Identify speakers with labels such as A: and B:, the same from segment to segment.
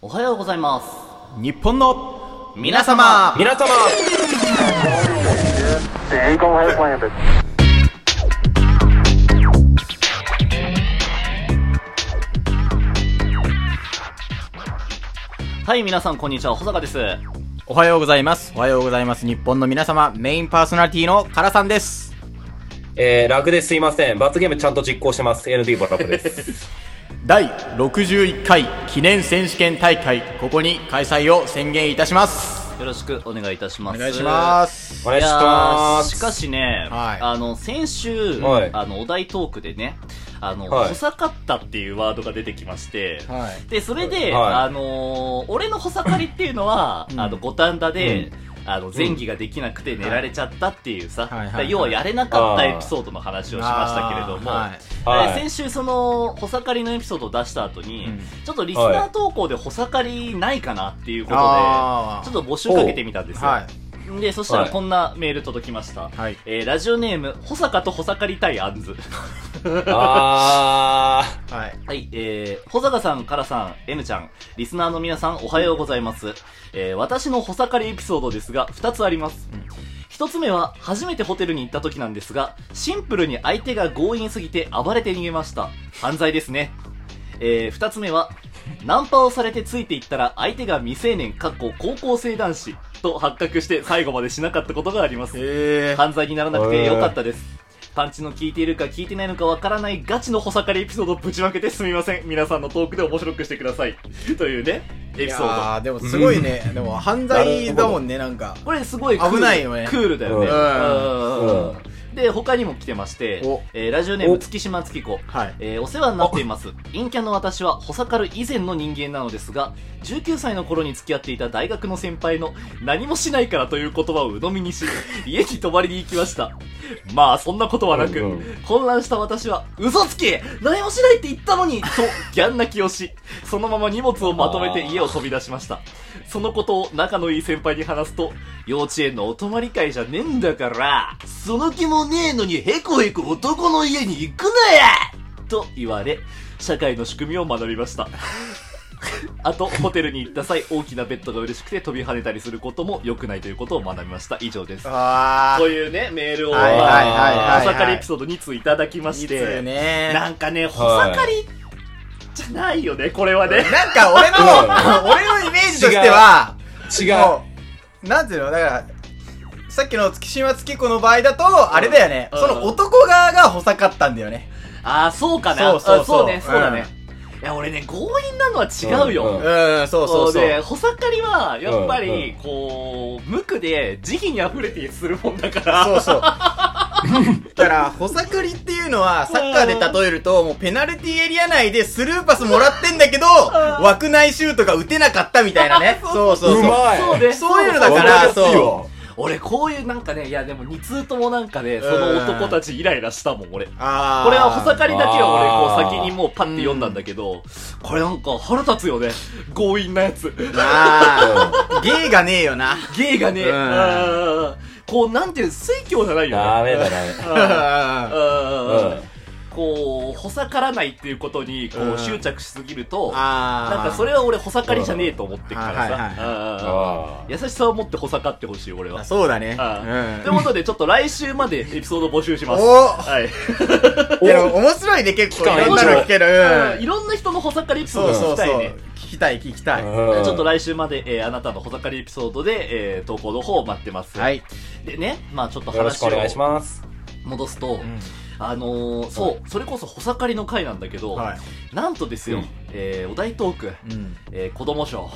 A: おはようございます。
B: 日本の
A: 皆様
B: 皆様
C: The Eagle has landed.
A: はい、皆さんこんにちは、保坂です。よ
B: おはようございます。おはようございます。日本の皆様、メインパーソナリティのカラさんです。
D: えー、楽ですいません。罰ゲームちゃんと実行してます。ND ボラップです。
B: 第61回記念選手権大会、ここに開催を宣言いたします。
A: ろしくお願いいたしま
B: お
A: す。。
B: 願いしますす。
D: お願いします。
A: しかしね、
B: はい
A: あの、先週、
D: はい
A: あの、お題トークでね、あの、
D: はい
A: 補佐かったっていうワードが出てきまして、
B: はい。
A: で、それで、
D: はい
A: あのー俺の補佐かりっていうのは、あの、五反田で、あの、前儀ができなくて寝られちゃったっていうさ、
B: はいはい
A: だから要はやれなかったエピソードの話をしましたけれども、
B: あーはい
D: はい
A: えー先週その、補佐かりのエピソードを出した後に、
B: うん
A: ちょっとリスナー投稿で補佐かりないかなっていうことで、
B: あー
A: ちょっと募集かけてみたんですよ。
B: はい。
A: で、そしたら
D: はい
A: こんなメール届きました。
B: はい
A: えーラジオネーム、保坂と保坂りたいあんず。
D: あ
B: はい。
A: はい、えー、保坂さん、からさん、N ちゃん、リスナーの皆さん、おはようございます。えー、私の保坂りエピソードですが、二つあります。一つ目は、初めてホテルに行った時なんですが、シンプルに相手が強引すぎて暴れて逃げました。犯罪ですね。えー、二つ目は、ナンパをされてついていったら、相手が未成年、かっこ高校生男子、と発覚して最後までしなかったことがあります。
B: えー。
A: 犯罪にならなくてよかったです。パンチの効いているか効いてないのかわからないガチの補佐かりエピソードをぶちまけてすみません。皆さんのトークで面白くしてください。というね、エピソード。
B: あーでもすごいね。でも犯罪だもんね、なんか。
A: これすごいクール
B: 危ないよね
A: クールだよね。
D: うん
A: うん
D: うん
A: で、他にも来てまして
B: お、
A: えーラジオネーム月島月子。
B: はい。
A: えーお世話になっています。陰キャの私は、補佐かる以前の人間なのですが、19歳の頃に付き合っていた大学の先輩の、何もしないからという言葉を鵜呑みにし、家に泊まりに行きました。まあ、そんなことはなく、
D: うんうん
A: 混乱した私は、嘘つけ何もしないって言ったのにと、ギャン泣きをし、そのまま荷物をまとめて家を飛び出しました。そのことを仲のいい先輩に話すと、幼稚園のお泊まり会じゃねえんだから、その気もねえのにへこへこ男の家に行くなやと言われ、社会の仕組みを学びました。 あと、ホテルに行った際、大きなベッドが嬉しくて飛び跳ねたりすることも良くないということを学びました。以上です。
B: あ
A: というね、メールを、
B: はいはい
D: はいはいはい
A: おさかりエピソード2通いただきま
B: ー。い
A: し
B: いです
A: て、
B: よね。
A: なんかね、ほさかりじゃないよね、これはね。
B: なんか俺 の、俺のイメージとしては、
D: 違う
B: もう。なんていうのだから、さっきの月島月子の場合だと、あれだよね。
A: うん
B: その男側が補佐かったんだよね。
A: ああ、そうかな。
B: そうそうそう
A: あね、そうだね。いや、俺ね、強引なのは違うよ。
D: うん
B: うん、そうそうそう。
A: で、ほさかりは、やっぱ
D: うんう
A: り
D: ん、
A: こう、無垢で、慈悲に溢れてするもんだから。
B: そうそう。だから、補佐くりっていうのは、サッカーで例えると、もうペナルティーエリア内でスルーパスもらってんだけど、枠内シュートが打てなかったみたいなね。そうそうそう。
D: うまい
A: そうね。
B: そういうのだ
D: ー。
A: そ
B: か
A: う
B: ら
D: わりやすいわ
A: 俺、こういうなんかね、いや、でも2通ともなんかね、その男たちイライラしたもん、俺。
B: あー
A: これは補佐かりだけは俺こう
D: あー
A: 先にもうパッて読んだんだけど、これなんか腹立つよね。強引なやつ。
B: あー芸がねえよな。
A: 芸がね、
B: うん
A: あーこうなんていう、水教じゃないよね。
D: ダメだダメ。
A: あー
D: うん
A: こう、補佐からないっていうことにこ
B: う
A: うん執着しすぎると、
B: あー
A: なんかそれは俺補佐かりじゃねえと思ってるから
B: はいはいはい
A: さ
D: あ
A: うん。優しさを持って補佐かってほしい、俺は
B: あ。そうだね。
A: うんと
B: う
A: い
B: ん
A: うことで、ちょっと来週までエピソード募集します。
B: お
A: はい。
D: ー。
B: いや、でも面白いね、結構。
D: 期間
B: いろんなの聞ける。
A: うん
B: う
A: い
B: ん
A: ろんな人の補佐かりエピソー
B: そ
A: ド聞き
B: うそう
A: た
B: そ
A: いうね。。
B: 聞きたい、聞きたい。は
D: うん
A: ちょっと来週まで、えーあなたのほざかりエピソードで、えー投稿の方を待ってます。
B: い。
A: でね、まあちょっと
D: よろし
A: 話
D: くお願いし
A: を
D: ます。
A: 戻すと、
B: うん
A: あのーそう、それこそほざかりの回なんだけど、
B: はい。
A: なんとですよ、
D: うん
A: えーお題トーク、
B: うん。
A: えー子供賞、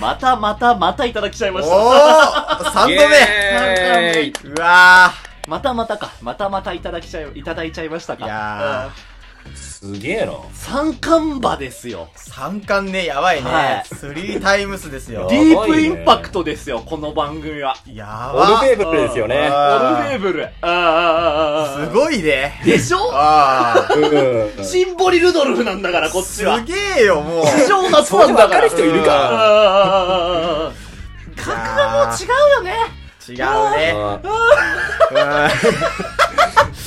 A: またまたまたいただきちゃい
B: お
A: ま
B: ー
A: した。
B: !3 度
D: イ
B: 目
D: エーイ
B: うわ
A: またまたか、またまたいただきちゃい、いただいちゃいましたか。
B: いや
D: すげえな。
A: 三冠馬ですよ。
B: ー、3巻ね、やば
A: は
B: いね。
A: い
B: 3タイムスですよ
D: やば。
A: デ
D: いね
A: ィープインパクトですよ、この番組は。
B: や
D: オル
B: ば
D: フェーブルですよね。
B: あ
A: オル
B: ー
A: フェーブル。あーあーあーあー
B: すごいね。
A: でしょ
B: あー。
D: うん。
A: シンボリルドルフなんだから、こっち
B: す
A: は。
B: げえよ、もう。
A: 史上初なんだから。
D: それ分かる人いるか
A: か。 格がもう違うよね。
B: 違うね。う
D: あ
B: ん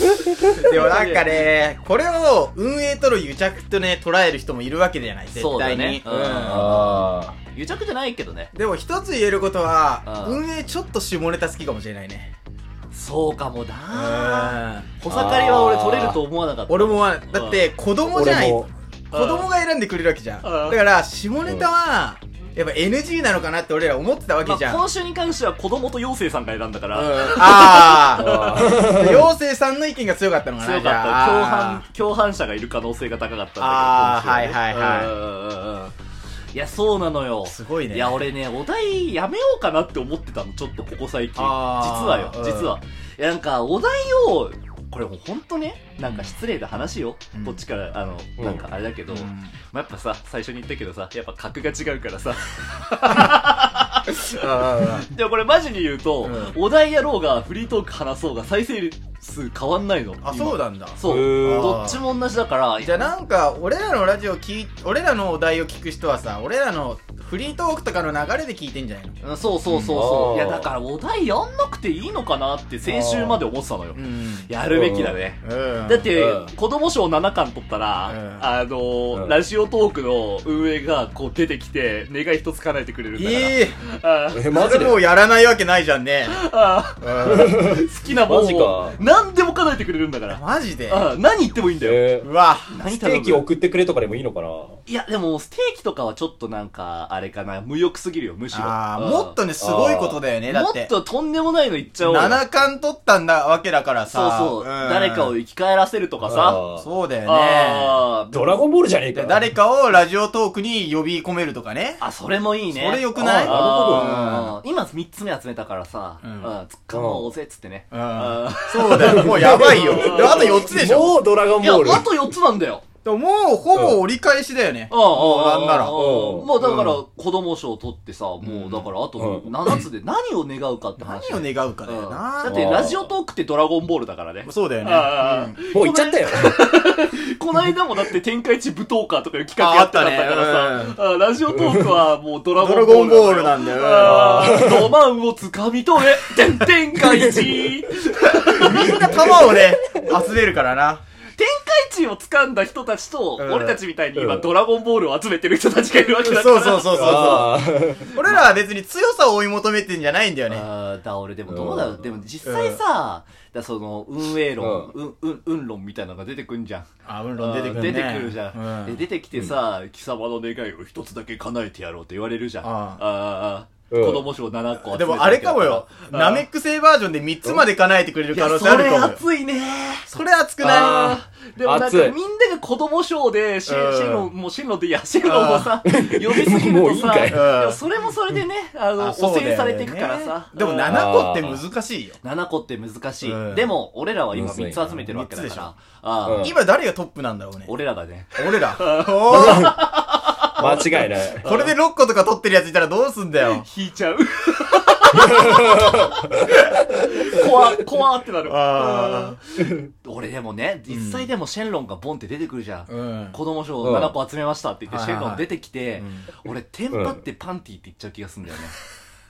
B: でもなんかね、これを運営との癒着とね、捉える人もいるわけじゃない、
A: そ
B: 絶
A: うだ
B: 対
A: ね
B: に。
A: う
B: うんん
D: あ
A: 癒着じゃないけどね。
B: でも一つ言えることは、
A: うん
B: 運営ちょっと下ネタ好きかもしれないね。
A: そうかも
B: う
A: な。
B: ん。
A: 小盛りは俺取れると思わなかった。
B: 俺もまあ、だって子供じゃない。
D: 俺
B: 子
D: も
B: 供が選んでくれるわけじゃん。だ
A: うん
B: から、下ネタは、やっぱ NG なのかなって俺ら思ってたわ
A: ま
B: け
A: あ、
B: じゃん。
A: 今週に関しては子供と妖精さんが選んだか
B: う
A: ら、
B: んあ
D: あー。
B: あ。妖精さんの意見が強かったのかな、
A: 強
B: じゃ
A: かっ
B: あ
A: た。共犯、共犯者がいる可能性が高かったんだけど。
B: あー
A: 今週ね
B: はいはいはい
A: うんうんうんうんいや、そうなのよ。
B: すごいね
A: いや、俺ね、お題やめようかなって思ってたの、ちょっとここ最近。実
B: あー
A: はよ
B: う、ん
A: 実は。いや、なんか、お題を、これもう本当ね、なんか失礼な話よ。
B: うん
A: こっちから、あの、
D: うん
A: なんかあれだけど、
B: うん
A: まあ、やっぱさ、最初に言ったけどさ、やっぱ格が違うからさ。
B: あ
A: でもこれマジに言うと、
B: う
A: お題やろうが、フリートーク話そうが、再生数変わんないの。
B: あ、
A: 今
B: そうなんだ。
A: そう
D: へ。ー
A: どっちも同じだから、
B: じゃあなんか、俺らのラジオ聞い、俺らのお題を聞く人はさ、俺らのフリートークとかの流れで聞いてんじゃないの
A: うんそうそうそうそう。
D: うん
A: いや、だからお題やんなくていいのかなって先週まで思ってたのよ
B: う。ん。
A: やるべきだね。
B: うん。
A: だって
D: うん、
A: 子供賞7巻取った
B: う
A: ら、
B: ん
A: あのー、
D: うん
A: ラジオトークの運営がこう出てきて、願い一つ叶えてくれるんだから。
B: ええ
A: あー
D: え、マ
B: そ
D: ジ
B: れ
D: で
B: もうやらないわけないじゃんね。
A: あ
B: うん。
A: ー好きなも
D: マジ
A: んを
D: か
A: 何でも叶えてくれるんだから。
B: マジで
A: あー何言ってもいいんだよ。
D: え
B: うわ。
D: ー、
A: 何
D: ス
A: 頼む
D: テーキ送ってくれとかでもいいのかない
A: や、でも、ステーキとかはちょっとなんか、あれかな、無欲すぎるよ、むしろ。
B: あ
A: う
B: あ、
A: ん
B: もっとね、すごいことだよね。だ
A: も
B: っ。
A: ってととんでもないの言っちゃおうよ。
B: 7巻取ったんだわけだから
A: そう
B: さ。
A: そう、
B: ん
A: 誰かを生き返らせるとかさ。
D: あー
B: そうだよね。
A: あー
D: ドラゴンボールじゃねえか
B: で
D: よ。
B: 誰かをラジオトークに呼び込めるとかね。
A: あ、それもいいね。
B: それ良くない
A: あー今3つ目集めたからさ、う、
B: うんん
A: つっかもうぜっつってね。
B: うん。
A: あ
B: そうだよ。もうやばい よ。であと4つでしょ
D: もうドラゴ
A: ー
D: ン
A: いや、
D: ボール。
A: あと4つなんだよ。
B: でももうほぼ折り返しだよね。
A: ああ、
B: もうなんなら
A: ああ
D: うん
A: もうだから、子供賞取ってさ、もうだからあと
D: うん
A: 7つで何を願うかって
B: 何
A: 話。
B: を願うかだ
A: う
B: よ
A: んだ
B: な
A: っ。
D: う
A: て
D: ん
A: ラジオトークってドラゴンボールだからね。
B: そうだよね。
A: あー
D: もう行っちゃったよ。
A: この間もだって天下一舞踏家とかいう企画やってなかったから
B: ああった
A: さ、あラジオトークはもうドラ
B: ド
A: ゴ
B: ラ
A: ン
B: ゴ
A: ボー
B: ン
A: ル。
B: ボールなんだよ。
A: あーロマンをつかみ取 れ天天下一天
B: みんな球をね、集めるからな。
A: 下一を掴んだ人たちと、
B: うん
A: 俺たちみたいに今
D: うん
A: ドラゴンボールを集めてる人たちがいるわけ
B: そう
A: だから。
B: そうそうそうそう。
D: あー
B: 俺らは別に強さを追い求めてんじゃないんだよね。
A: あーだ、俺でもどうだろ
D: う
A: う。
D: ん
A: でも実際さ、だその、運営論、う
D: う
A: ん、うん、運論みたいなのが出てくんじゃん。
B: あ、うん
A: 出てくる,、
B: ね
A: じゃん、
B: う
A: で出てきてさ、貴様の願いを一つだけ叶えてやろうって言われるじゃん
B: あ
A: あ
B: あ
A: あああ
D: うん
A: 子供賞7個集めて
B: でもあれかもよ。ナメッ
A: く
B: ク星バージョンで3つまで叶えてくれる
A: 可
B: 可能
A: 能
B: 性
A: 性あ
B: あ
A: る
B: る
A: か
B: か
A: も
B: も
A: いやそれ熱い
B: よ。
A: ね
B: それ熱くない
A: あーでもなんか
D: 熱い
A: みんなが子供賞でシェ
B: うん
A: シェロンもうシェロンでいやシェロンもさ呼びすぎる
D: もう
A: と
D: いいんか
A: さ
D: い
A: でもそれもそれでねあの
B: あ
A: 汚
B: そう
A: 染
B: だよね
A: されていくからさ
B: でも
A: うん
B: 7個って難しいよ。
A: 7個って難しい、
B: うん
A: でも俺らは今3つ集めてるわけだから、
B: うん
A: あ
D: う
A: ー
D: ん
B: 今誰がトップなんだろうね。
A: 俺らだね
B: 俺ら。おー
D: 間違いない。
B: これで6個とか取ってるやついたらどうすんだよ。
A: 引いちゃう。怖、怖ってなる。
B: あ
A: 俺でもね、実際でもシェンロンがボンって出てくるじゃん。
B: うん。
A: 子供賞
D: うん
A: 7個集めましたって言って、
B: はい
A: シ
B: はい
A: ェ
B: は
A: ンロ
B: い
A: ン出てきて、俺、テンパってパンティって言っちゃう気がするんだよね。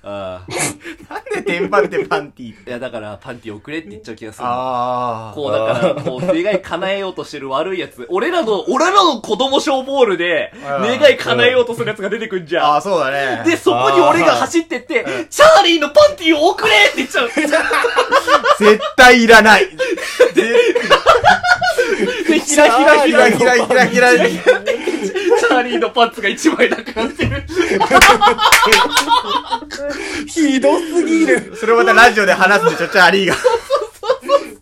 A: あー
B: なんでテンパってパンティー。
A: いや、だから、パンティ送れって言っちゃう気がするの。
B: あー。
A: こう、だから、こう、願い叶えようとしてる悪いやつ。俺らの、俺らの子供賞ボールで、
B: あー
A: 願い叶えようとするやつが出てくんじゃん。
B: あー、そうだね。
A: で、そこに俺が走ってって、チャーリーのパンティーを送れって言っちゃう。
B: 絶対いらない。で
A: で、ひらひらひ
B: ひ
A: ら
B: ら
A: ひ
B: ひ
A: ら。
B: らひらひらひら。
A: チャーリーのパンツが一枚なくなってる。
D: ひどすぎる。
B: それまたラジオで話すんでしょ、チャーリーが。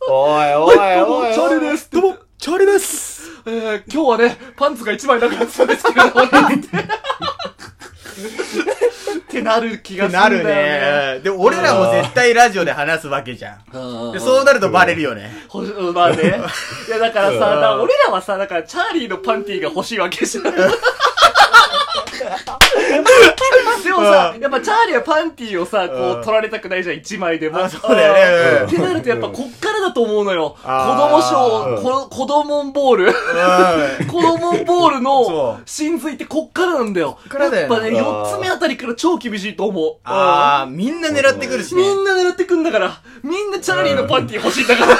D: おいおいおいおい。
A: す。どうも、チャーリーです。えー、今日はね、パンツが一枚なくなってたんですけれどもね。 ってなる気がす
B: な
A: る
B: る
A: んだよね。
B: ね。で、俺らも絶対ラジオで話すわけじゃん。
A: うん
B: で、そうなるとバレるよね。
A: ほしまあね。いや、だからさ、
D: う
A: だ
D: ん
A: から俺らはさ、だから、チャーリーのパンティーが欲しいわけじゃん。でもさ、やっぱチャーリーはパンティーをさ、こ
B: う
A: うん取られたくないじゃん、一枚でも。
B: あそうだ
A: う
B: よね
A: んってなるとやっぱこっからだと思うのよ。子供
B: あ
D: ー
A: 賞、こ子供ボール。
B: うん。
A: 子供ボールの
B: そう
A: 真髄ってこっからなんだよ。
B: っからだ
A: やっ
B: よね
A: ぱね、
D: あ
A: 四
D: ー
A: つ目あたりから超厳しいと思う。
B: あー、みんな狙ってくるしね
A: み。んな狙ってくんだから、みんなチャーリーのパンティー欲しいんだから。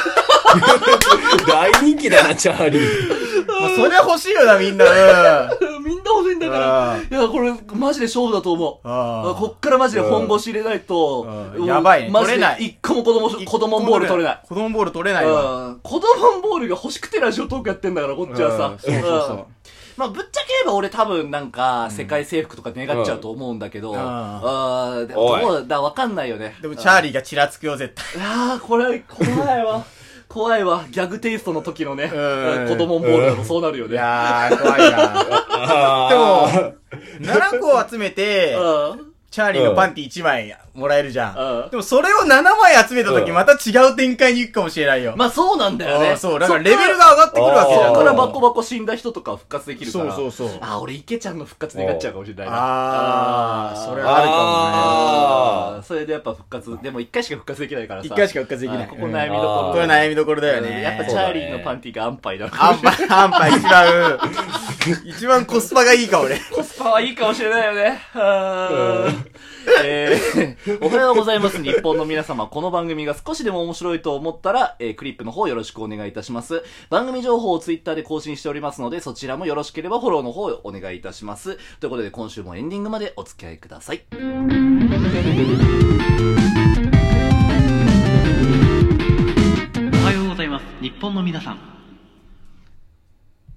D: 大人気だな、チャーリー。
B: まあそりゃ欲しいよな、みんな。うん。
A: みんな欲しいんだから
B: あ。
A: いや、これ、マジで勝負だと思う。
B: ああ
A: こっからマジで本腰入れないと
B: う、んやばいね
A: マジ
B: 取れ
A: で
B: ない
A: 一個も子供、子供ボール取れない。
B: 子供ボール取れないわ。
A: うん子供ボールが欲しくてラジオトークやってんだから、こっちはさ。
B: うんそうそうそう
A: うんまあ、ぶっちゃけ言えば俺多分なんか、世界征服とか願っちゃうと思うんだけど、
B: うん
A: あーで
D: おい
A: どうだ、わかんないよね。
B: でも、チャーリーがちらつくよ、絶対。
A: ああ、これ、怖い わ。怖いわ。ギャグテイストの時のね、
B: うん
A: 子供ボールだとそうなるよ
B: い
A: ね。
B: やー、怖いな。 で
D: あー
B: も、7個集めて、
A: うん。
B: チャーリーのパンティ1枚もらえるじ
A: う
B: ゃ
A: ん
B: ん。でも、それを7枚集めた時、
D: うん
B: また違う展開に行くかもしれないよ。
A: まあ、そうなんだよね。
B: あーそう、だか
A: そっ
B: らレベルが上がってくるわけじゃ
A: そ
B: ん。
A: っからバ
D: ば
A: コバコ死んだ人とか復活できるから。
B: そうそうそう
A: あ、俺、池ちゃんの復活願っちゃうかもしれないな。
B: あー、それ
A: れ
B: はあるかもね。
A: あ
D: あ
A: ーそれでやっぱ復活、でも一回しか復活できないからさ。
B: 一回しか復活できない。
A: あーここ悩みどころ
B: これ悩みどころだよ
A: うん
B: ね。
A: やっぱチャーリーのパンティが安牌だから。
B: あんぱ、あんぱ一番、一番コスパがいいか、俺。
A: コスパはいいかもしれないよね。あーえーおはようございます。日本の皆様、この番組が少しでも面白いと思ったら、えークリップの方よろしくお願いいたします。番組情報をツイッターで更新しておりますので、そちらもよろしければフォローの方をお願いいたします。ということで、今週もエンディングまでお付き合いください。